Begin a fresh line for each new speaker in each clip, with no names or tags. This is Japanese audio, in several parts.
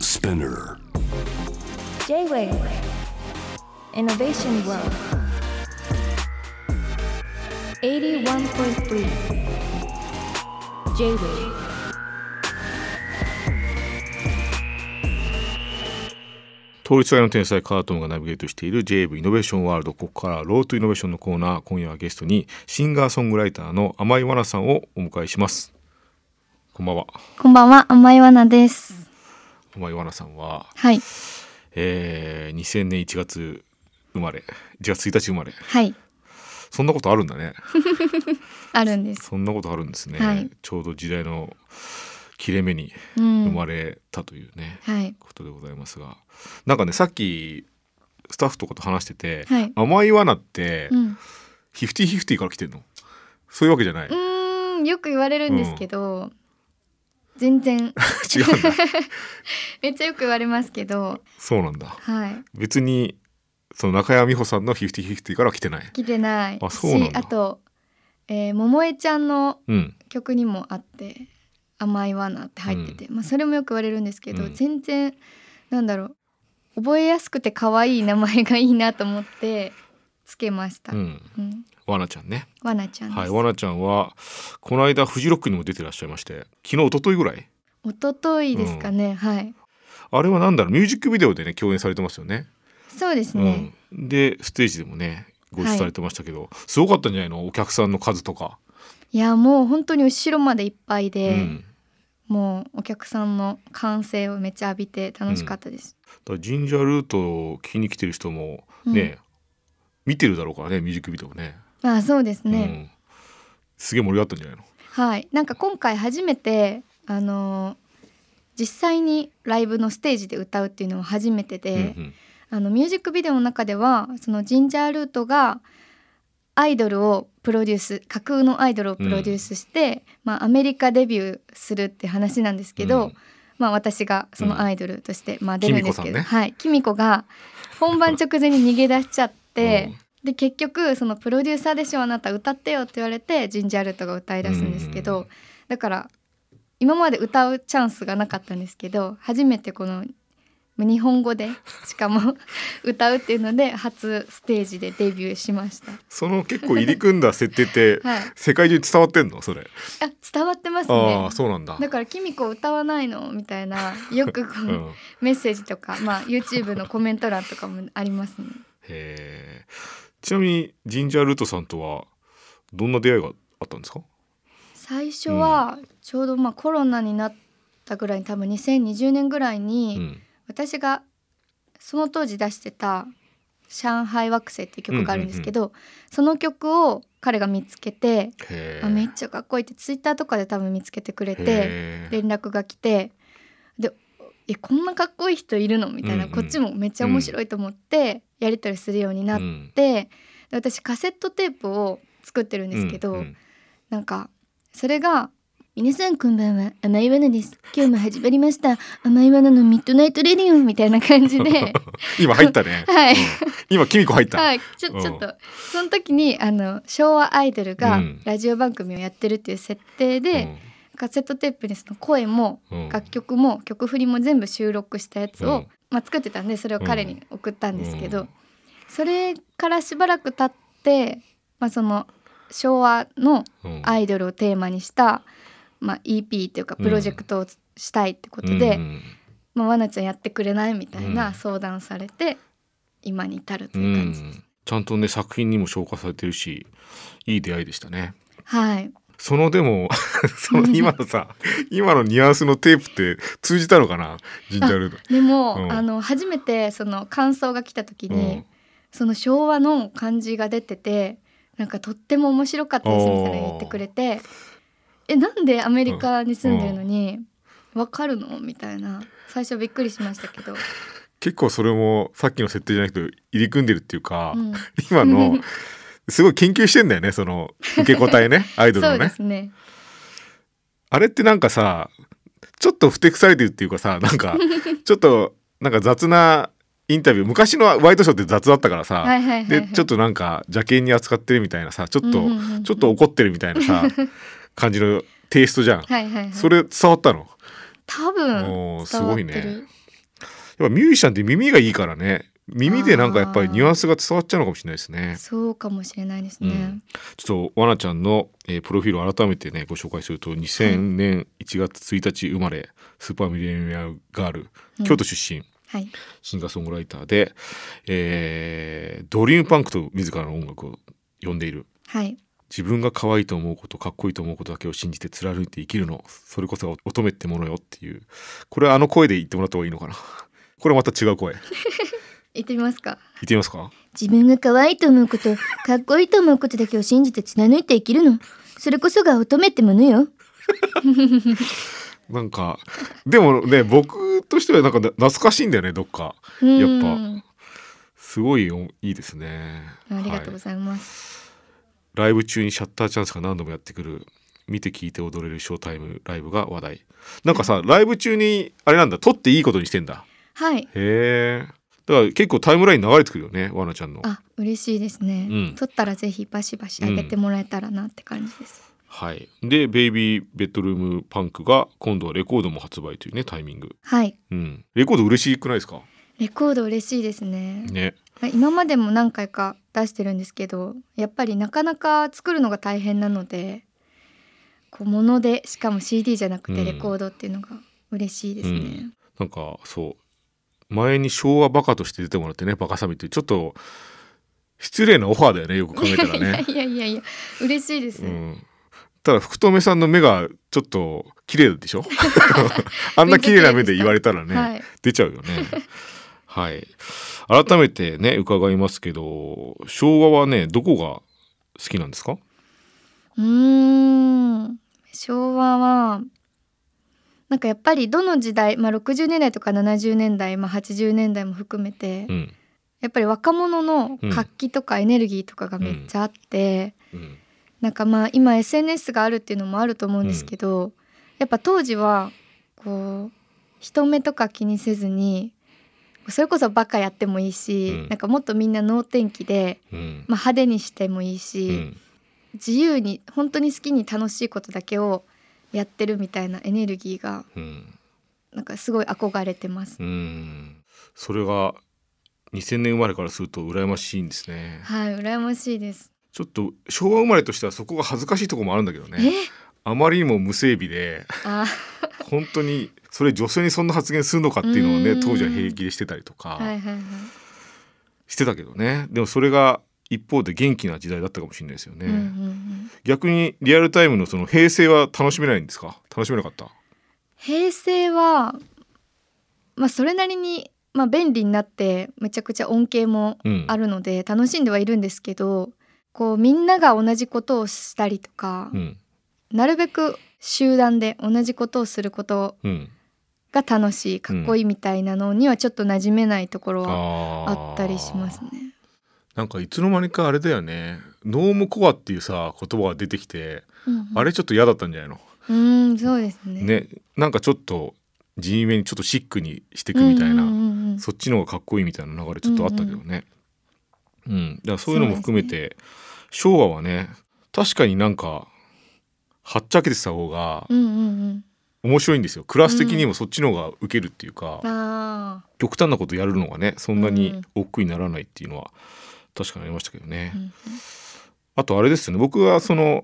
Spinner.
J-Wave Innovation World 81.3 J-Wave
統一会の天才カートンがナビゲートしている JAVE イノベーションワールドここからロートイノベーションのコーナー今夜はゲストにシンガーソングライターの甘井愛菜さんをお迎えしますこんばんは
こんばんは、甘いわなです。
甘井愛菜さんは、
はい。
えー、2000年1月生まれ1月1日生まれ
はい。
そんなことあるんだね
あるんです。
そんなことあるんですね、
はい
ちょうど時代の切れ目に
うん。
生まれたというね、
はい。
ことでございますがなんかねさっきスタッフとかと話してて、
はい
甘い罠って、
うん。
ヒフティヒフティから来てんのそういうわけじゃない、
うーん、よく言われるんですけど、全然、
違うんだ
めっちゃよく言われますけど、
そうなんだ
はい。
別にその中山美穂さんのヒフティヒフティからは来てない
来てない
あそうなんだ
あと、えー、桃江ちゃんの
うん
曲にもあって、甘いわなって入ってて、まあ、それもよく言われるんですけど、
うん
全然、なんだろう、覚えやすくて可愛い名前がいいなと思って、つけました。
う
うん。
んわなちゃんね
わなちゃんです。
はいわなちゃんはこの間フジロックにも出てらっしゃいまして昨日一昨日ぐらい
一昨日ですかね、はい
あれはなんだろうミュージックビデオでね共演されてますよね
そうですね、
うん、でステージでもねご一緒されてましたけど、すごかったんじゃないのお客さんの数とか、
いやもう本当に後ろまでいっぱいで、
うん
もうお客さんの歓声をめっちゃ浴びて楽しかったです、
だからジンジャールートを聴きに来てる人もね、見てるだろうからねミュージックビデオね
まあそうです
う
ね、
ん、すげえ盛り上がったんじゃないの
はいなんか今回初めてあのー実際にライブのステージで歌うっていうのは初めてで、
うん
あのミュージックビデオの中ではそのジンジャールートがアイドルをプロデュース架空のアイドルをプロデュースして、まあ、アメリカデビューするって話なんですけど、
うん
まあ、私がそのアイドルとして、まあ、出るんで
キミコさ
すけ
ん
ど
ね
はい、キミコが本番直前に逃げ出しちゃって、
うん
で結局そのプロデューサーでしょあなた歌ってよって言われてジンジャールートが歌い出すんですけ
う
ど、
ん
だから今まで歌うチャンスがなかったんですけど初めてこの日本語でしかも 歌うっていうので初ステージでデビューしました。
その結構入り組んだ設定って、
はい、
世界中に伝わってんのそれ
あ伝わってます
あ
ね
あそうなんだ
だから「キミコ歌わないの?」みたいなよくこう、
うん、へ
メッセージとか、まあ、YouTube のコメント欄とかもありますね。
えちなみにジンジャールートさんとはどんな出会いがあったんですか
最初はちょうどまあコロナになったぐらいに多分2020年ぐらいに、
うん
私がその当時出してた「上海惑星」っていう曲があるんですけど、その曲を彼が見つけて、
へえ
あめっちゃかっこいいってツイッターとかで多分見つけてくれて
へえ
連絡が来てで「えこんなかっこいい人いるの?」みたいな、
うんうん
こっちもめっちゃ面白いと思ってやり取りするようになって、で私カセットテープを作ってるんですけど、
うんうん
なんかそれが「皆さんこんばんは甘いわなです今日も始まりました甘いわなのミッドナイトレディオ」みたいな 感じで
今入った ね、
はい
うん今キミコ入った、
はいち
う
ょ
ん
ちょっとその時にあの昭和アイドル
う
が
ん
ラジオ番組をやってるっていう設定で、カセットテープにその声も
うん、
楽曲も曲振りも全部収録したやつ
う
を、
ん
まあ、作ってたんでそれを彼に送ったんですけど、
うん
それからしばらく経って、まあ、その昭和の
うん、うん
アイドルをテーマにした、まあ、EP というか
うん
プロジェクトをしたいってことで、
うん
まあ、わなちゃんやってくれないみたい
うん
な相談されて、今に至ると
う
いう感じです。
ん、ちゃんとね作品にも消化されてるしいい出会いでしたね
はい
そのでも その今のさ今のニュアンスのテープって通じたのかなジンジャールート
でも、
うん
あの初めてその感想が来た時に、
うん
その昭和の感じが出ててなんかとっても面白かったですみたいなの言ってくれて「えなんでアメリカに住んでるのにわかるの?」みたいな最初びっくりしましたけど、
結構それもさっきの設定じゃなくて入り組んでるっていうか、
うん
今のすごい研究してんだよねその受け答え ねアイドル
そ
の
うで
ね
すね
あれってなんかさちょっとふてくされてるっていうかさなん かちょっとなんか雑なインタビュー昔のワイドショーって雑だったからさ、
はいはいはい、
で
はい、
ちょっとなんか邪険に扱ってるみたいなさちょっと、
うんうんうんうん
ちょっと怒ってるみたいな さ感じのテイストじゃん、
はいはいはい
それ伝わったの
多分
おー
伝わっ
すご
て
い
る
ねやっぱミュージシャンって耳がいいからね耳でなんかやっぱりニュアンスが伝わっちゃうのかもしれないですね。
そうかもしれないです
う
ね。
ん、ちょっとわなちゃんの、えープロフィールを改めてねご紹介すると2000年1月1日生まれ、スーパーミレニアムガール
うん
京都出身、
はい。
シンガーソングライターで、えードリームパンクと自らの音楽を呼んでいる
はい。
自分が可愛いと思うことかっこいいと思うことだけを信じて貫いて生きるのそれこそが乙女ってものよっていうこれはあの声で言ってもらった方がいいのかなこれまた違う声言っ
行ってみますか。
てみますか
自分が可愛いと思うこと、かっこいいと思うことだけを信じて貫いて生きるの。それこそが乙女ってものよ。
なんかでもね僕としてはなんかな懐かしいんだよねどっかやっぱ
うん
すごいよいいですね
ありがとう
は
ご
い、
ざいます。
ライブ中にシャッターチャンスが何度もやってくる見て聞いて踊れるショータイムライブが話題なんかさライブ中にあれなんだ撮っていいことにしてんだ
はい。
へえだから結構タイムライン流れてくるよねわなちゃんの
あ、嬉しいですね。
うん
撮ったらぜひバシバシ上げてもらえたらなって感じです。
はい、で「ベイビーベッドルームパンク」が今度はレコードも発売というねタイミング、
はい。
うん、レコード嬉しくないですか
レコード嬉しいですね。
ね
まあ今までも何回か出してるんですけど、やっぱりなかなか作るのが大変なので、こう物でしかも CD じゃなく
う
て
ん
レコードっていうのが嬉しいですね。
うんなんかそう前に昭和バカとして出てもらってねバカサミってちょっと失礼なオファーだよねよく考えたら
い
ね、
や いやいやいや嬉しいです。
うん、ただ福留さんの目がちょっと綺麗でしょ あんな綺麗な目で言われたらね、
はい。
出ちゃうよね。はい。改めてね伺いますけど、昭和はねどこが好きなんですか？
うーん昭和はなんかやっぱりどの時代、まあ、60年代とか70年代、まあ、80年代も含めて、
うん。
やっぱり若者の活気とかエネルギーとかがめっちゃあって、
うん。
なんかまあ今 SNS があるっていうのもあると思うんですけど、やっぱ当時はこう人目とか気にせずにそれこそバカやってもいいし、
うん
なんかもっとみんな能天気で、
うん。
まあ、派手にしてもいいし。
うん
自由に本当に好きに楽しいことだけをやってるみたいなエネルギーが
うん。
なんかすごい憧れてます。
うん。それが2000年生まれからすると羨ましいんですね。
はい、羨ましいです。
ちょっと昭和生まれとしてはそこが恥ずかしいところもあるんだけどね。あまりにも無整備で
あ、
本当にそれ女性にそんな発言するのかっていうのを
う
ね
ん
当時は平気でしてたりとか。
はいはいはい。
してたけどねでもそれが一方で元気な時代だったかもしれないですよね、
うんうんうん。
逆にリアルタイムのその平成は楽しめないんですか楽しめなかった
平成はまあそれなりにまあ便利になってめちゃくちゃ恩恵も
うん
あるので楽しんではいるんですけど、こうみんなが同じことをしたりとか
う、ん
なるべく集団で同じことをすること
うん
が楽しいかっこいいみたいなのにはちょっと馴染めないところはあったりしますね。
なんかいつの間にかあれだよねノームコアっていうさ言葉が出てきてあ
れ
れちょっと嫌だったんじゃないの、
うーんそうですね。
ねなんかちょっと地面にちょっとシックにしていくみたいな、
うんうんうんうん
そっちの方がかっこいいみたいな流れちょっとあったけどね。うん、だからそういうのも含めて、昭和はね、確かになんか、はっちゃけてた方が
うんうん
面白いんですよ。クラス的にもそっちの方が受けるっていうか、
うん。あ
極端なことやるのがね、そんなに億劫にならないっていうのは確かにありましたけどね。
あ。うん
あとあれですよね、僕はその、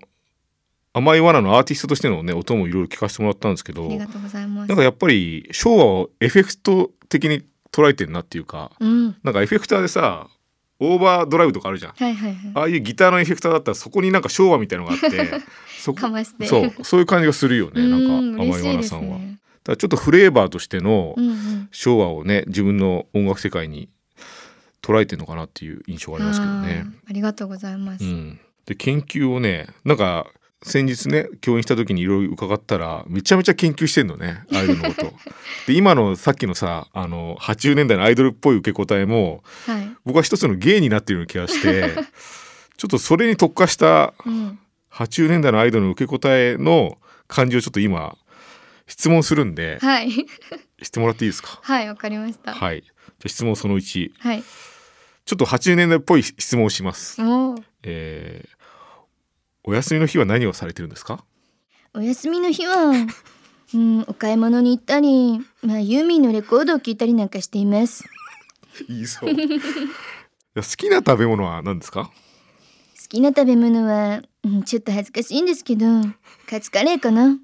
甘い罠のアーティストとしてのね、音もいろいろ聞かせてもらったんですけ
あ
ど、
りがとうございます。
なんかやっぱり昭和をエフェクト的に捉えてるなっていうか、
うん。
なんかエフェクターでさオーバードライブとかあるじゃん
はいはいは
ああいうギターのエフェクターだったらそこになんか昭和みたいのがあって そ
い。か
こ
まして。
そうそういう感じがするよ
う
ね
ん。
なんか甘
嬉
い
しい
わな
で
さ
す
んは、だか
ね。
らちょっとフレーバーとしての
うんうん。
昭和をね自分の音楽世界に捉えてるのかなっていう印象がありますけどね
あ、ーありがとうございま
う
す。
ん、で研究をねなんか先日ね共演した時にいろいろ伺ったらめちゃめちゃ研究してんのねアイドルのこと で今のさっきのさあの80年代のアイドルっぽい受け答えも
はい。
僕は一つの芸になっているような気がして ちょっとそれに特化した
うん。
80年代のアイドルの受け答えの感じをちょっと今質問するんで、
はい。
してもらっていいですか
はいわかりました。はい。
はいじゃあ質問その1ちょっと80年代っぽい質問をします、
もう
えーお休みの日は何をされてるんですか
お休みの日は、 うん、お買い物に行ったり、まあ、ユーミンのレコードを聴いたりなんかしています。
言いそういや好きな食べ物は何ですか
好きな食べ物は、うん、ちょっと恥ずかしいんですけど、カツカレーかな。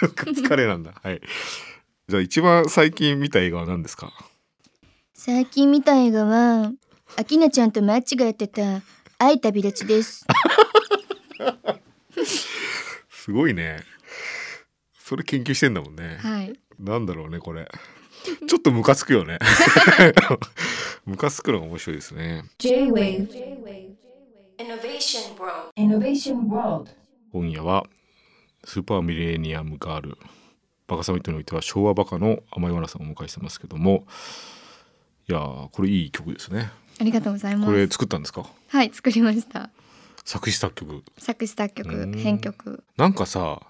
疲れなんだはいじゃあ一番最近見た映画は何ですか
最近見た映画は、アキナちゃんとマッチがやってた愛旅立ち です。
すごいねそれ研究してんだもんね、
はい
なんだろうねこれちょっとムカつくよ ねムカつくのが面白いですね
J-Wave. Innovation World. Innovation World.
今夜はスーパーミレニアムガールバカサミットにおいては昭和バカの甘いわなさんをお迎えしてますけどもいやーこれいい曲ですね
ありがとうございま
これ
す
作ったんですか
はい作りました
作詞作曲
作詞作曲
うん
編曲
なんかさ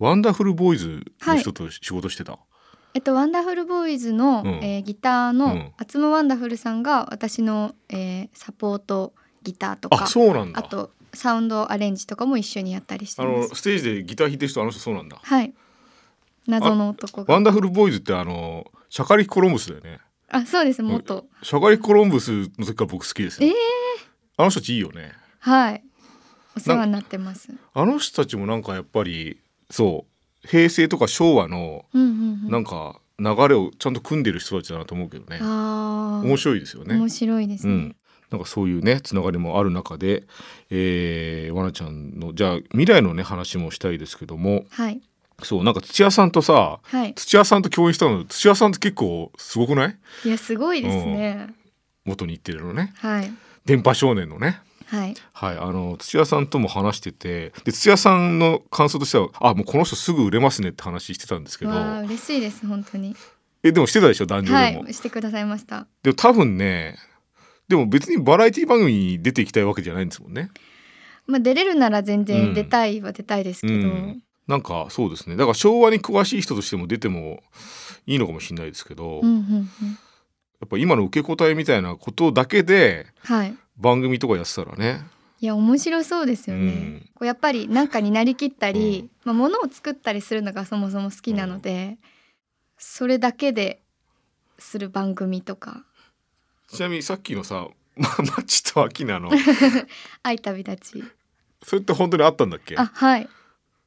ワンダフルボーイズの人と仕事してた、
えっと、ワンダフルボーイズ
う
の、
ん
えーギター
う
の、
ん
アツムワンダフルさんが私の、えーサポートギターとか
あそうなんだ
あとサウンドアレンジとかも一緒にやったりして
あ
ま
の
す
ステージでギター弾いてる人あの人そうなんだ
はい謎の男
ワ
が
ンダフルボーイズってあのシャカリキコロンブスだよね
あそうです元
シャカリキコロンブスの時から僕好きですよ
えー
あの人たちいいよね
はいお世話になってます
あの人たちもなんかやっぱりそう平成とか昭和の
うんうんうん
なんか流れをちゃんと組んでる人たちだなと思うけどね
あー
面白いですよね
面白いです
う
ね、
ん、なんかそういうねつながりもある中で、えー、わなちゃんのじゃあ未来のね話もしたいですけども
はい
そうなんか土屋さんとさ
はい
土屋さんと共演したの土屋さんって結構すごくない
いやすごいですね、
元に言ってるのね
はい
電波少年のね
はい
はいあの土屋さんとも話しててで土屋さんの感想としてはあもうこの人すぐ売れますねって話してたんですけど
わあ嬉しいです本当に
えでもしてたでしょ男女でも、
はいしてくださいました
でも多分ねでも別にバラエティ番組に出ていきたいわけじゃないんですもんね
まあ、出れるなら全
う
然
ん
出たいは出たいですけど、
うんなんかそうですねだから昭和に詳しい人としても出てもいいのかもしれないですけど、
うん
や
うんうん
っぱ今の受け答えみたいなことだけで
はい
番組とかやってたらね
いや面白そうですよね、
うん
こうやっぱり何かになりきったり、
う
まあ、物を作ったりするのがそもそも好きなので、それだけでする番組とか
ちなみにさっきのさ「ま、マッチとアキナ の」
「愛旅立ち
それって本当にあったんだっ」け
あはい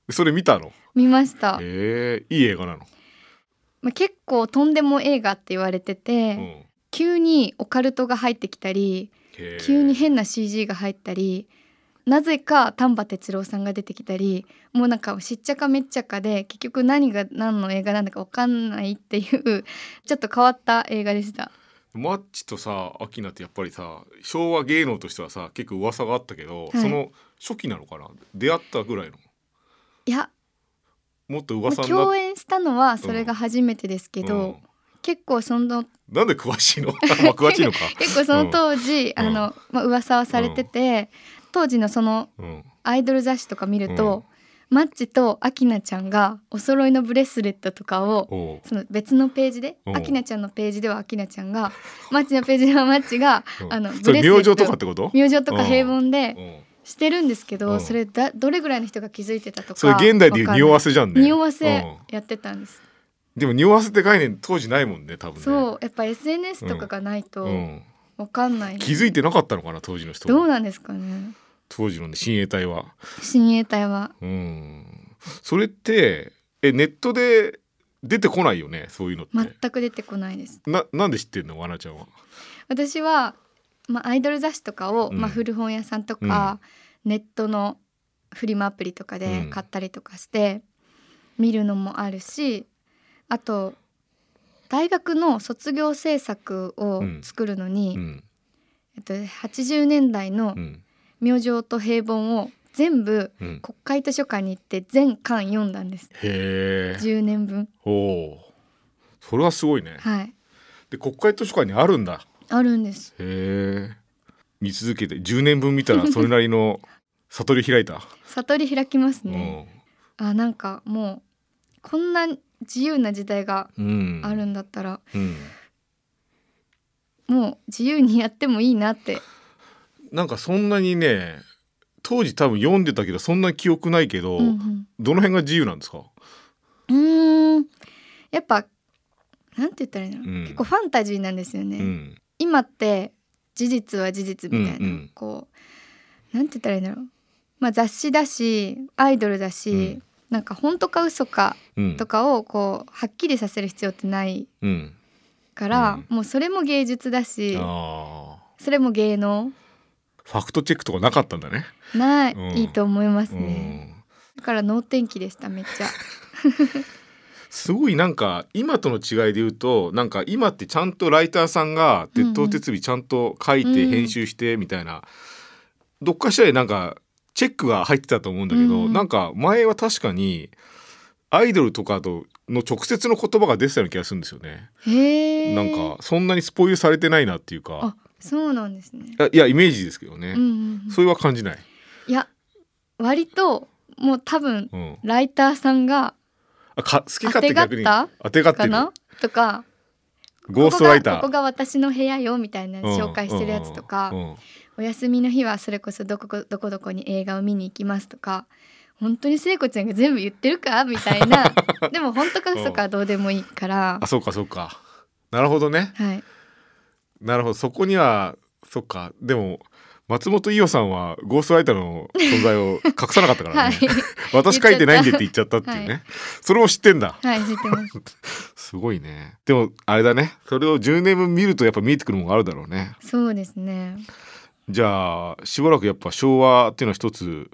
それ見たの
見ました、
へえいい映画なの、
まあ、結構とんでも映画って言われてて、
うんへ
急にオカルトが入ってきたり
え
急に変な CG が入ったりなぜか丹波哲郎さんが出てきたりもうなんかしっちゃかめっちゃかで結局何が何の映画なんだか分かんないっていうちょっと変わった映画でした
マッチとさアキナってやっぱりさ昭和芸能としてはさ結構噂があったけど、
はい
その初期なのかな出会ったぐらいの
いや、
もっと
まあ
噂になっ
共演したのはそれが初めてですけど、
うん
結構その
なんで詳しいの まあ詳しいのか、
結構その当時、
うん
あの、まあ、噂はされてて、当時のその
うん、
アイドル雑誌とか見ると、マッチとアキナちゃんがお揃いのブレスレットとかを
おう
その別のページで
うん
アキナちゃんのページではアキナちゃんが マッチのページではマッチが
うん
あの
それ
ブレスレッ
明
ト
星とかってこと
明星とか平凡
う
で
ん
してるんですけ
う
ど
ん
それだどれぐらいの人が気づいてたとか
それ現代でいう匂わせじゃんね
匂わせ
うん
やってたんです
でも匂わせって概念当時ないもんね多分ね
そうやっぱ SNS とかがないと
ん、
わかんない
気づいてなかったのかな当時の人は
どうなんですかね
当時のね親衛隊は
親衛隊は
うんそれってえネットで出てこないよねそういうのって、
全く出てこないです
ななんで知ってんのわなちゃんは
私はまあアイドル雑誌とかを
うん
まあ古本屋さんとかネットのフリマアプリとか
う
で
ん
買ったりとかして見るのもあるしあと大学の卒業制作を作るのに、
うん
えっと、80年代の
うん
「明星と平凡」を全部
うん
国会図書館に行って全巻読んだんです
へえ
10年分
おおそれはすごいね
はい
で国会図書館にあるんだ
あるんです
へえ見続けて10年分見たらそれなり の悟り開いた、
悟り開きます
う
ね、
ん
あなんかもうこんな自由な時代が
うん、
あるんだったら、
うん、
もう自由にやってもいいなって
なんかそんなにね当時多分読んでたけどそんな記憶ないけど、
うんうん
どの辺が自由なんですか
うーんやっぱなんて言ったらいい
う
の、
ん
結構ファンタジーなんですよね、
うん
今って事実は事実みたいな、
うんうん
こうなんて言ったらいいんだろう、まあ、雑誌だしアイドルだし、
うん
なんか本当か嘘か
うん
とかをこうはっきりさせる必要ってない
うん
から、
う
もうそれも芸術だし
あ
それも芸能
ーファクトチェックとかなかったんだね。
ない、
うん
いいと思います
う
ね、
ん
だから能天気でしため っちゃ
すごいなんか今との違いで言うとなんか今ってちゃんとライターさんが鉄塔鉄尾ちゃんと書いて
うん
編集してみたいな、どっかしらでなんかチェックが入ってたと思うんだけど、
うん
なんか前は確かにアイドルとかとの直接の言葉が出てたような気がするんですよね。
へえ
なんかそんなにスポイルされてないなっていうか
あそうなんですね
いやいやイメージですけどね、
うんうんうん
それは感じない。
いや割ともう多分
うん、
ライターさんが
あか好き勝手逆に当てがって
か
る
なとか
ゴーストライター
ここがここが私の部屋よみたいな紹介してるやつとか、
うんうんうん
お休みの日はそれこそどここどこどこに映画を見に行きますとか本当に聖子ちゃんが全部言ってるかみたい なでも本当か嘘かはどうでもいいから
あ、そうかそうかなるほどね
はい、
なるほどそこにはそっかでも松本伊代さんはゴーストライターの存在を隠さなかったから
は
ね、
い
私書いてないんでって言っちゃったっていうね、
は
それを知ってんだ
はい知ってます
すごいねでもあれだねそれを10年分見るとやっぱ見えてくるものがあるだろうね
そうですね
じゃあしばらくやっぱ昭和っていうのは一つ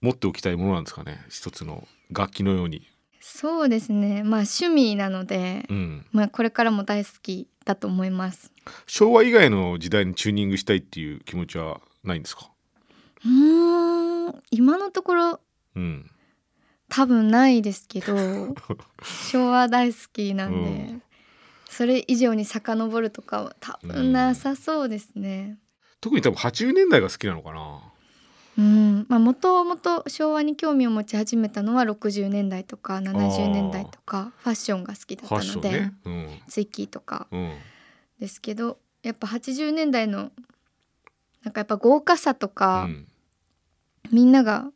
持っておきたいものなんですかね一つの楽器のように
そうですねまあ趣味なので、
うん
まあこれからも大好きだと思います
昭和以外の時代にチューニングしたいっていう気持ちはないんですか
うーん今のところ
うん
多分ないですけど 昭和大好きなんで、
うん
それ以上に遡るとかは多分なさそうですね。
特に多分80年代が好きなのかな
うんまあ、もともと昭和に興味を持ち始めたのは60年代とか70年代とかファッションが好きだっ
ファッ
た
シ
の
ョン
で、
ねうん
ツイッキーとか
うん
ですけどやっぱ80年代のなんかやっぱ豪華さとか、
うん
みんなが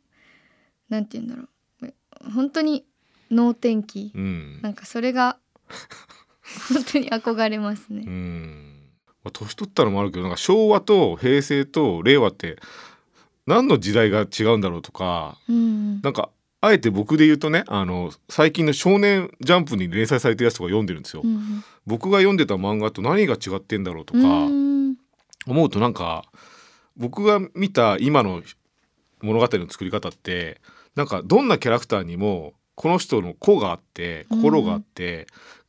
なんて言うんだろう本当に能天気
うん
なんかそれが本当に憧れます
う
ね。
んまあ年取ったのもあるけどなんか昭和と平成と令和って何の時代が違うんだろうとか
うん、
なんかあえて僕で言うとねあの最近の「少年ジャンプ」に連載されてるやつとか読んでるんですよ。
うん
僕が読んでた漫画と何が違ってんだろうと
う
か
ん、
思うとなんか僕が見た今の物語の作り方ってなんかどんなキャラクターにもこの人の個があって心があって、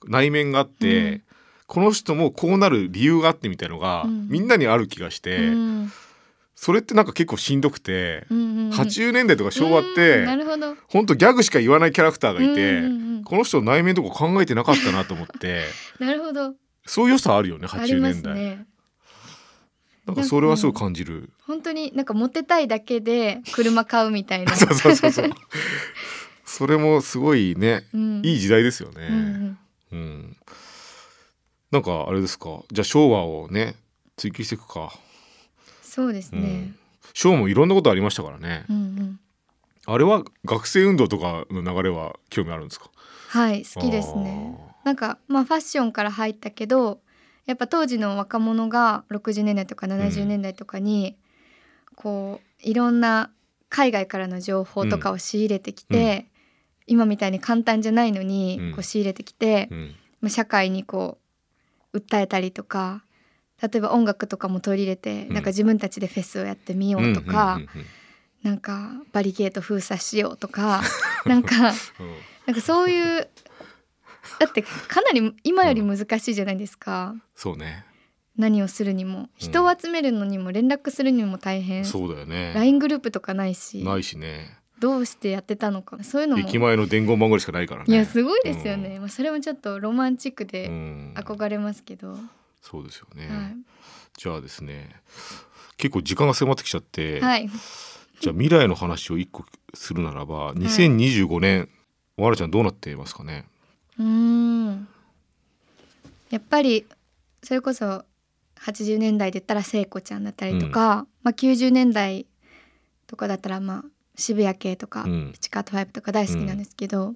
内面があって、
うん
この人もこうなる理由があってみたいのが、
うん
みんなにある気がして、
うん
それってなんか結構しんどくて、
うん、
80年代とか昭和って、
うんなるほど
ほんとギャグしか言わないキャラクターがいて、
うんうんうん
この人の内面とか考えてなかったなと思って
なるほど
そういう良さあるよね
あり
80
ま
年
す
代、
ね。
なんかそれはすごい感じる。
本当になんかモテたいだけで車買うみたい な。
そうそうそうそう。それもすごいね、
うん、
いい時代ですよ
うんう
ね。
ん
うん、なんかあれですか、じゃあ昭和をね、追求していくか。
そうですね。
昭和もいろんなことありましたからね。
うんうん、
あれは学生運動とかの流れは興味あるんですか。
はい好きですね。なんかまあファッションから入ったけどやっぱ当時の若者が60年代とか70年代とかに、こういろんな海外からの情報とかを仕入れてきて、今みたいに簡単じゃないのに
うん
こう仕入れてきて、
うん。
まあ、社会にこう訴えたりとか例えば音楽とかも取り入れて、
うん
なんか自分たちでフェスをやってみようとか、
うんうん
なんかバリケート封鎖しようとか なんか。
うんうん
なんかそういうだってかなり今より難しいじゃないですか、
そうね。
何をするにも人を集めるのにも連絡するにも大変、
そうだよね。
LINE グループとかないし
ないしね。
どうしてやってたのかそういうのも
駅前の伝言番号しかないからね。
いやすごいですよね、まあ、それもちょっとロマンチック
う
で
ん。
憧れますけど、
そうですよね。
は
じゃあですね。結構時間が迫ってきちゃって。
い、はい、
じゃあ未来の話を一個するならば、2025年、わらちゃんどうなっていますかね。
うーんやっぱりそれこそ80年代で言ったら聖子ちゃんだったりとか、まあ、90年代とかだったらまあ渋谷系とか、
うん
ピチカート5とか大好きなんですけど、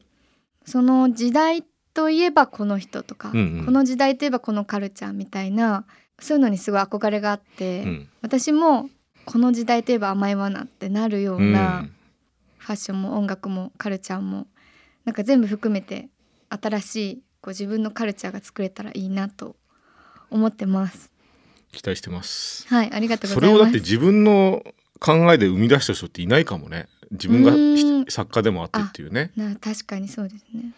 その時代といえばこの人とか、
うんうん
この時代といえばこのカルチャーみたいなそういうのにすごい憧れがあって、
うん
私もこの時代といえば甘い罠ってなるような、ファッションも音楽もカルチャーもなんか全部含めて新しいこう自分のカルチャーが作れたらいいなと思ってます。
期待してます
はい、ありがとう
そ
ご
れ
ざい
をだ
ま
っ
す。
て自分の考えで生み出した人っていないかもね自分が
うーん
作家でもあってっていうね
な確かにそうですね。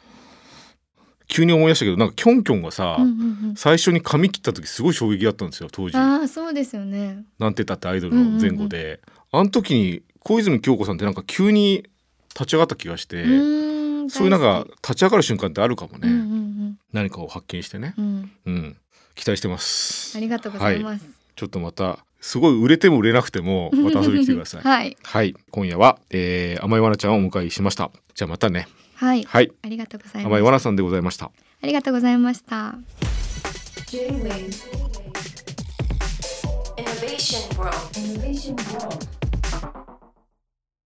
急に思い出したけどなんかキョンキョンがさ、
うんうん
最初に髪切った時すごい衝撃だったんですよ当
うん、
時
ああそうですよね。
なんて言ったってアイドルの前後で、あの時に小泉今日子さんってなんか急に立ち上がった気がして、
うーん
そういうなん
大
か
好き
立ち上がる瞬間ってあるかもね、
うんうん
何かを発見してね、
うんうん
うん、期待してます
ありがとうござい
はい、
ます。
ちょっとまたすごい売れても売れなくてもまた遊びに来てください
はい
はい今夜は、えー、甘いわなちゃんをお迎えしましたじゃあまたね
はい、
はい
ありがとうございま
甘い
す。
わなさんでございました
ありがとうございました。
J-Wave Innovation World Innovation World